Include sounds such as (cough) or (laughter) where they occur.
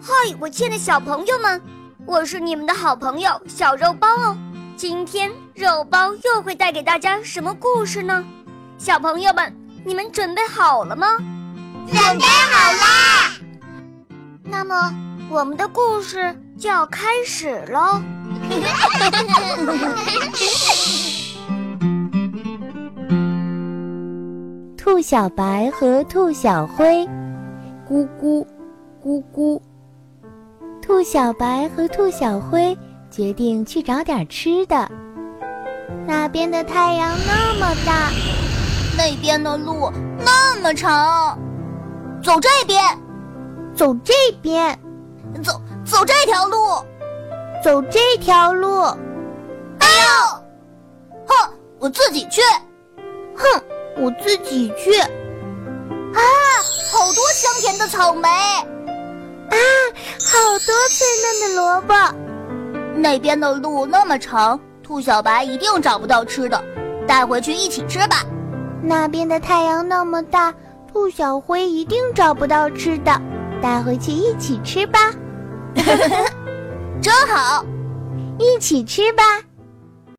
嗨，我亲爱的小朋友们，我是你们的好朋友小肉包哦。今天肉包又会带给大家什么故事呢？小朋友们，你们准备好了吗？准备好啦！那么我们的故事就要开始喽。兔小白和兔小灰，咕咕，咕咕。兔小白和兔小灰决定去找点吃的。那边的太阳那么大，那边的路那么长，走这边，走这边，走走这条路，走这条路。哎呦，哼，我自己去。哼，我自己去。啊，好多香甜的草莓。啊，好多脆嫩的萝卜！那边的路那么长，兔小白一定找不到吃的，带回去一起吃吧。那边的太阳那么大，兔小灰一定找不到吃的，带回去一起吃吧。 (laughs) 真好，一起吃吧。